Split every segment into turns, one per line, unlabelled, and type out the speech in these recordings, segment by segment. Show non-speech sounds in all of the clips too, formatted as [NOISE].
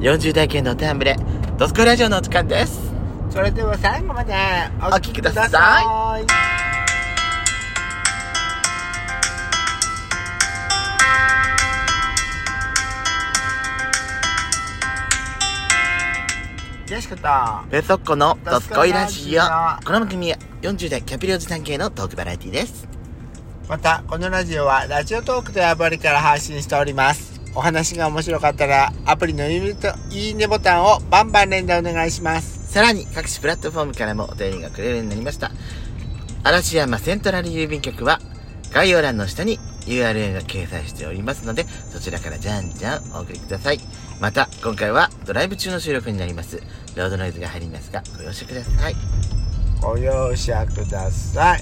40代系のお手半ぶれ、ドスコイラジオのお時間です。
それでは最後までお
聞きくださ
いジェシカと
ペソッコのドスコイラジオ。この番組は40代キャピリおじさん系のトークバラエティです。
またこのラジオはラジオトークというアプリから配信しておりますお話が面白かったらアプリのいいねといいねボタンをバンバン連打お願いします
さらに各種プラットフォームからもお便りがくれるようになりました。嵐山セントラル郵便局は概要欄の下に URL が掲載しておりますので、そちらからじゃんじゃんお送りください。また、今回はドライブ中の収録になります。ロードノイズが入りますが、ご容赦ください。
ご容赦ください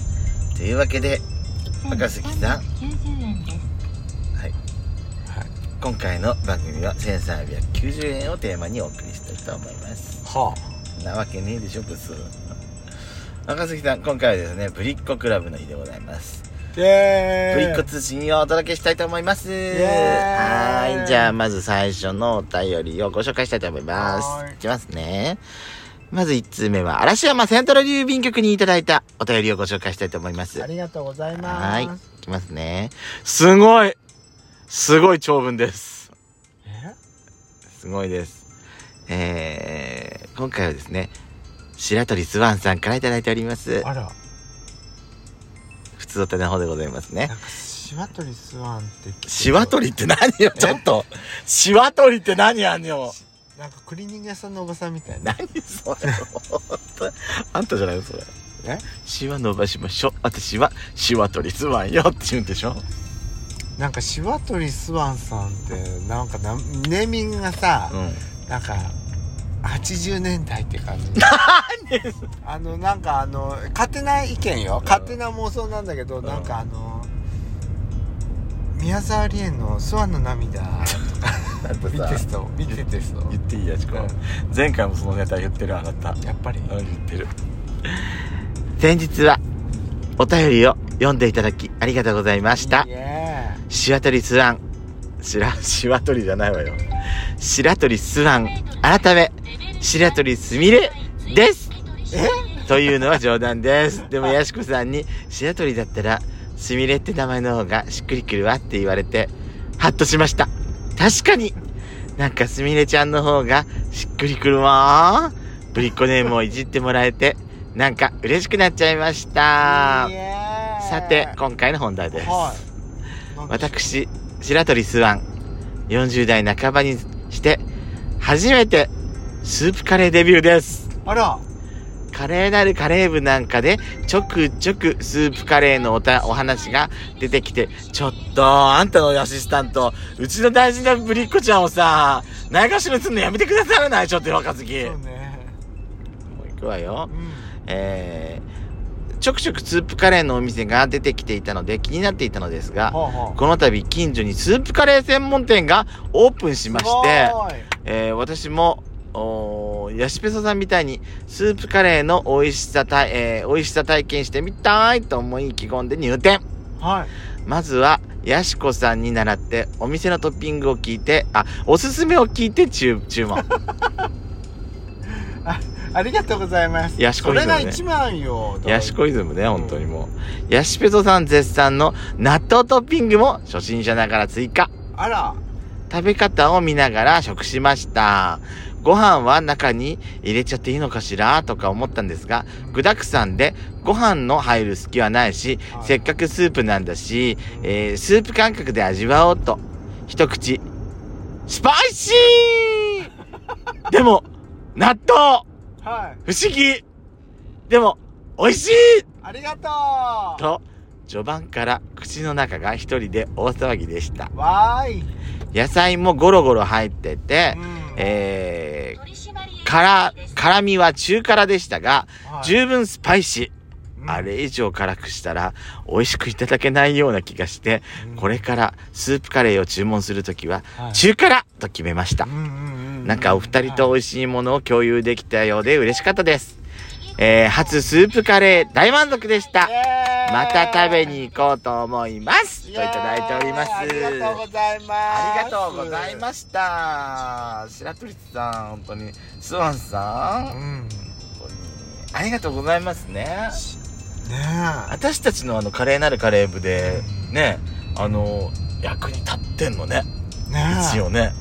というわけで、赤杉さん
90円です
はい、今回の番組は1390円をテーマにお送りしたいと思います
は
なわけねえでしょブス赤杉さん今回はですねぶりっ子クラブの日でございます
あで
ぶりっ子通信をお届けしたいと思いますは
イエーイ
ーいじゃあまず最初のお便りをご紹介したいと思います
はーい
いきますねまず1通目は嵐山セントラル郵便局にいただいたお便りをご紹介したいと思います
ありがとうございます。
はい。いきますね。すごいすごい長文です。
え
すごいです。えー、今回はですね、白鳥スワンさんからいただいております。
あら、
普通お手の方でございますね
な。んか、しわとりすわんって聞いてる。
しわとりって何よちょっとしわとりって何あんよ
なんか、クリーニング屋さんのおばさんみたいな。
何それほんとあんたじゃないのそれ。
え
しわ伸ばしましょ。私はしわとりスワンよって言うんでしょ
なんか、しわとりすわんさんって、なんかな、ネーミングがさ
う、ん。
なんか、80年代って感じ。あの、なんか、あの、勝手な意見よ。勝手な妄想なんだけど、
ん
なんか、あの、宮沢りえの「スワンの涙」とか
だって
見
さ
て、そう見ててそう
言っていいやちこ、
うん
前回もそのネタ言ってるあなた
やっぱり
言ってる先日はお便りを読んでいただきありがとうございました
いいね
しわとりスワンしらしわとりじゃないわよしらとりスワン改めしらとりすみれですというのは冗談ですでもやしこさんにしらとりだったらすみれって名前の方がしっくりくるわって言われてハッとしました確かになんかすみれちゃんの方がしっくりくるわぶりっ子ネームをいじってもらえてなんか嬉しくなっちゃいました
イエー
さ
イ
て今回の本題です、
はいなんでしょ
私白鳥スワン40代半ばにして初めてスープカレーデビューです
うあら
カレーなるカレー部なんかでちょくちょくスープカレーのおたお話が出てきてちょっとあんたのアシスタントうちの大事なぶりっ子ちゃんをさないがしろにするのやめてくださらないちょっと若槻
そ
も
うね
う行くわよ
うん
えーちょくちょくスープカレーのお店が出てきていたので気になっていたのですが
ほうほう
この度近所にスープカレー専門店がオープンしまして
す、ごい
えー私もおーヤシペソさんみたいにスープカレーの美味しさた、えー美味しさ体験してみたいと思い意気込んで入店
はい
まずはヤシコさんに習ってお店のトッピングを聞いてあおすすめを聞いて注注文
ありがとうございます
ヤシコ
そ
イズ
れ
ム
が
ね
一番よ
ヤシコイズムね本当にもうヤシペソさん絶賛の納豆トッピングも初心者ながら追加
あら
食べ方を見ながら食しました。ご飯は中に入れちゃっていいのかしらとか思ったんですが、具だくさんでご飯の入る隙はないし、
はい
せっかくスープなんだし、えースープ感覚で味わおうと、一口、スパイシ
[LAUGHS]
ーでも、納豆
はい
不思議でも、美味しい
ありがと
と、序盤から口の中が一人で大騒ぎでした。
うわーい
野菜もゴロゴロ入ってて、
うん
えー、から、辛みは中辛でしたが、
はい
十分スパイシー。
うん
あれ以上辛くしたら、美味しくいただけないような気がして、
うん
これからスープカレーを注文するときは、
はい
中辛と決めました
うん。うんう
なんかお二人と
はい
美味しいものを共有できたようで嬉しかったです。えー、初スープカレー大満足でした。
イエーイ
また食べに行こうと思いますとい
やー
ただいております
ありがとうございます
ありがとうございま
し
した白鳥さん本当にスワンさ
うんんね
本当にありがとうございますね
え
私たちのあの華麗なるカレー部でねあの役に立ってんのね一
ね
応ね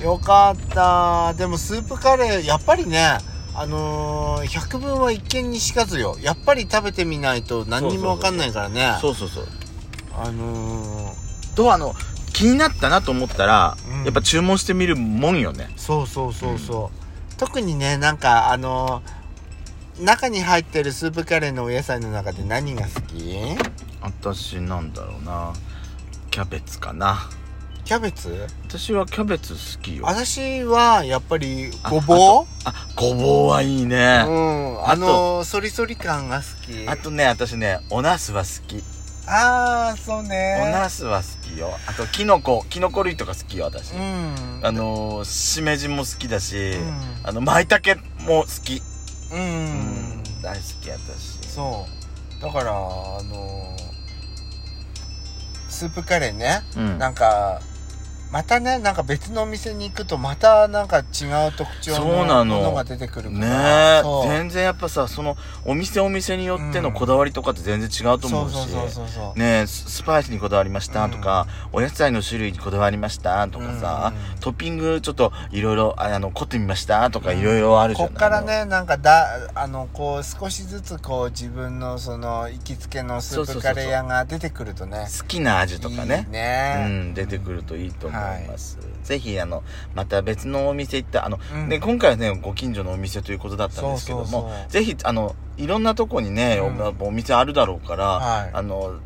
えよかったでもスープカレーやっぱりねあのー、百聞は一見にしかずよやっぱり食べてみないと何にもわかんないからね
そうそうそう
あのー、
とあの気になったなと思ったら、
うん
やっぱ注文してみるもんよね
そうそうそうそう、特にねなんかあの中に入ってるスープカレーのお野菜の中で何が好き
私なんだろうなキャベツかな
キャベツ
私はキャベツ好きよ
私はやっぱりごぼ
あごぼうはいいう
う
ね、
んあのそりそり感が好き
あとね私ねおナスは好き
ああそう
お
ね
ナスは好きよあとキノコキノコ類とか好きよ私、
うん
あのーしめじも好きだし、
うん
あの舞茸も好き、
うん、
大好き私
そうだからあのスープカレーね
うん
なんかまたねなんか別のお店に行くとまたなんか違う特徴
そうな
の
の
ものが出てくるか
ね
ら
え
そう
全然やっぱさそのお店お店によってのこだわりとかって全然違うと
そ
思
う
うし、
そうそうそうそう
ねえススパイスにこだわりましたとか、お野菜の種類にこだわりましたとかさ、
うん
トッピングちょっといろいろああの凝ってみましたとかいろいろあるじゃ
こ
ない、
っからねなんかだあのこう少しずつこう自分のその行きつけのスープカレー屋が出てくるとね
好きな味とかね
いいね
うん、出てくるといいと思います、ぜひあのまた別のお店行ったあの、
うん
ね、今回はねご近所のお店ということだったんですけども
そうそうそう
ぜひあのいろんなとこにね、
うん
おやっぱお店あるだろうから、
はい
あの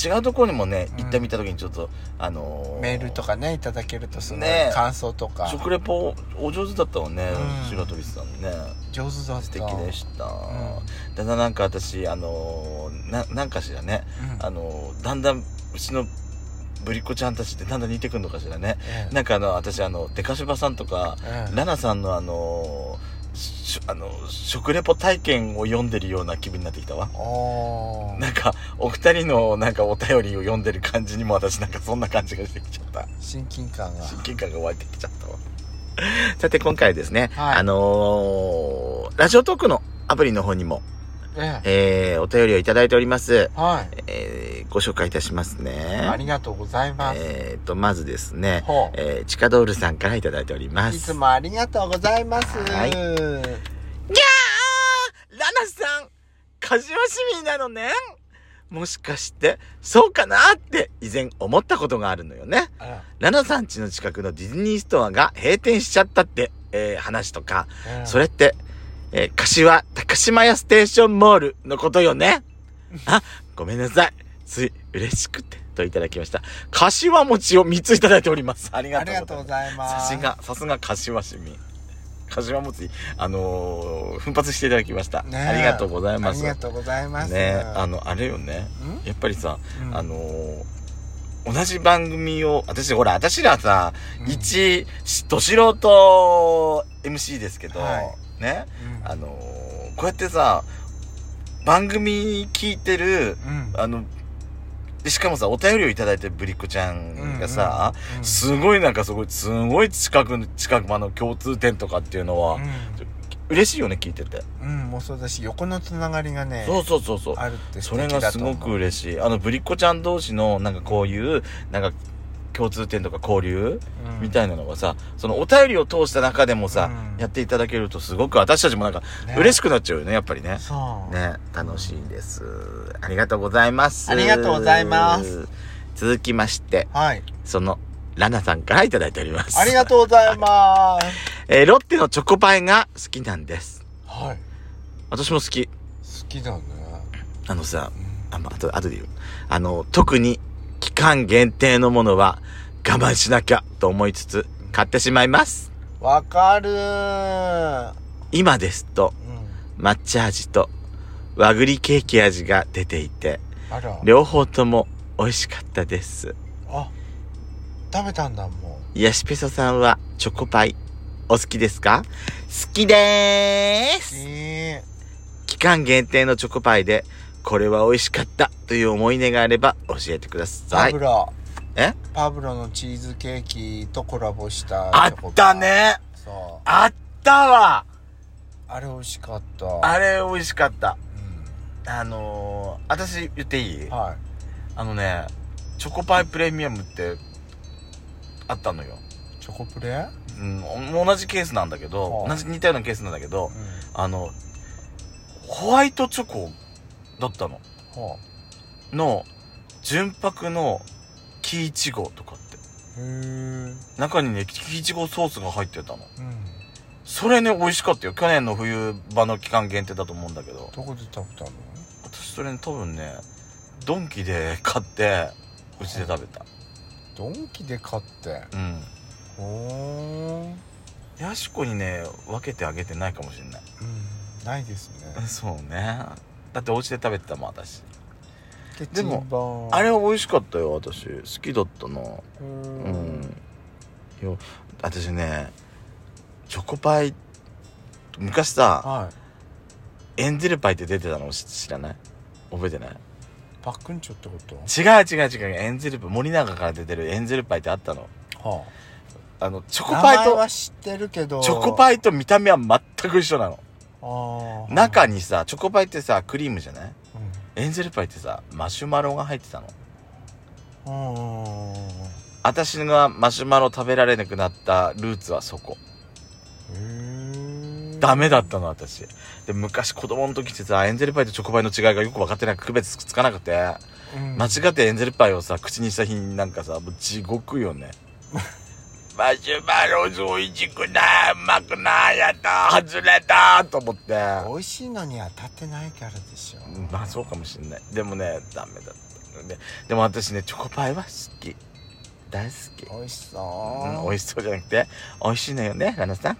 違うところにもね
うん
行ってみた時にちょっと、あの
メールとかねいただけるとその
ねえ
感想とか
食レポお上手だったわね、
うん
白鳥さんね
上手だった
素敵でした、
ん
ただなんか私あのななんかしらね
うん
あのだんだんうちのぶりっ子ちゃんたちってだんだん似てくるのかしらね
ええ
なんかあの私あのデカシバさんとか、
ええ
ラナさんのあのしあの食レポ体験を読んでるような気分になってきたわ
おー
なんかお二人のなんかお便りを読んでる感じにも私なんかそんな感じがしてきちゃった
親近感が
親近感が湧いてきちゃったわさて今回ですね、
はい
あのーラジオトークのアプリの方にも、
ええ
えーお便りをいただいております、
はい
えーご紹介いたしますね
ありがとうございます
えー、とまずですね
ほう、
えー、チカドールさんからいただいておりま
い
す
つもありがとうございます。
はいギャーラナさん、カジワシミなのね。もしかして、そうかなって以前思ったことがあるのよね。
あら
ラナさん家の近くのディズニーストアが閉店しちゃったって、えー話とか、
うん
それって、えー柏高島屋ステーションモールのことよね。あ、ごめんなさい。つい嬉しくて、といただきました。柏餅を3ついただいております。ありが
あ
と
り
う
が
ござ
と
いうま
ご
す。
ざい
さ
ます。
すが、さすが柏市民。柏餅、あのー奮発していただきました。
ねえ
ありがとうございま
あ
す。
りがとうございます。
ねえあの、あれよね。
ん
やっぱりさ、
うん
あのー同じ番組を、私、ほら、私らさ、
うん
一、しど素人 MC ですけど、
は
ね、
うん
あのーこうやってさ、番組聞いてる、
うん
あの、でしかもさ、お便りをいただいてるぶりっ子ちゃんがさ、
うん
すごいなんかすごい、すごい近く、近くまの共通点とかっていうのは、嬉しいよね、聞いてて。
うん、うんもうそうだし、横のつながりがね、
そうそうそうそう。
あるって素
そ
敵
れ
だと思う
がすごく嬉しい。あの、ぶりっ子ちゃん同士の、なんかこういう、なんか、共通点とか交流
うん
みたいなのがさ、そのお便りを通した中でもさ、
うん
やっていただけるとすごく私たちもなんか、
ね
嬉しくなっちゃうよね、やっぱりね。
そう。
ね、楽しいです。ありがとうございます。
ありがとうございます。
続きまして、
はい。
その、ラナさんからいただいております。
ありがとうございます。
えーロッテのチョコパイが好きなんです。
はい。好
私も好き。
きだね。
あのさ、
うん
あ、まあ、あと、あとで言う。あの、特に期間限定のものは我慢しなきゃと思いつつ買ってしまいます。
わかるー。
今ですと
うん。
抹茶味と和栗ケーキ味が出ていて、
あら。
両方とも美味しかったです。
あ、食べたんだもん。
ヤシペソさんはチョコパイお好きですか好きでーす
ええ
期間限定のチョコパイでこれは美味しかったという思い出があれば教えてくださ
パ
い
ブ。ロ、
え
パブロのチーズケーキとコラボした
あったね
そう
あったわ
あれ美味しかった
あれ美味しかった。
う
あのー、私言っていい
ん、はい
あのね、チョコパイプレミアムってあったのよ。
チョコプレ、
うん、同じケースなんだけど
は、あ
同じ似たようなケースなんだけど
う、ん
あの、ホワイトチョコだったの。
は
の、純白の木いちごとかって。
あ、へえ、うん、
中にね、木いちごソースが入ってたの。それね、美味しかったよ。去年の冬場の期間限定だと思うんだけど。
どこで食べたの
私それね、多分ね、ドンキで [LAUGHS] 買って、うちで食べた。
ドンキで買って
うん。
おお、
ヤシコにね、分けてあげてないかもしれない。 [LAUGHS]
うん、ないですね
そうね。だってお家で食べてたもん、私。
でも
あれは美味しかったよ、私。好きだったな。
う
うんん。よ、私ね、チョコパイ、昔さ、
はい
エンゼルパイって出てたの知知らない覚えてない
パックンチョってこと
違う違う違うエンゼルパイ森永から出てるエンゼルパイってあったの
は
あのチョ
あ
コパイ
名前は
と
知ってるけど
チョコパイと見た目は全く一緒なの
ああ
中
に、
にさチョコパイってさクリームじゃない
うん
エンゼルパイってさマシュマロが入ってたの
うんうんうんうん
私がマシュマロ食べられなくなったルーツはそこ
へえ
ダメだったの私で昔子供の時ってさエンゼルパイとチョコパイの違いがよく分かってなく区別つかなくて間
マ
違ってエンゼルパイをさ口にした日になんかさもう地獄よね [LAUGHS] マシュマロズ美味しくないうまくないやった外れたと思って
美味しいのには当たってないからでしょ
まあそうかもしんないでもねダメだったねでも私ねチョコパイは好き大好き、
美味し
うん、
そう
美味しそうじゃなくて美味しいのよねラナさん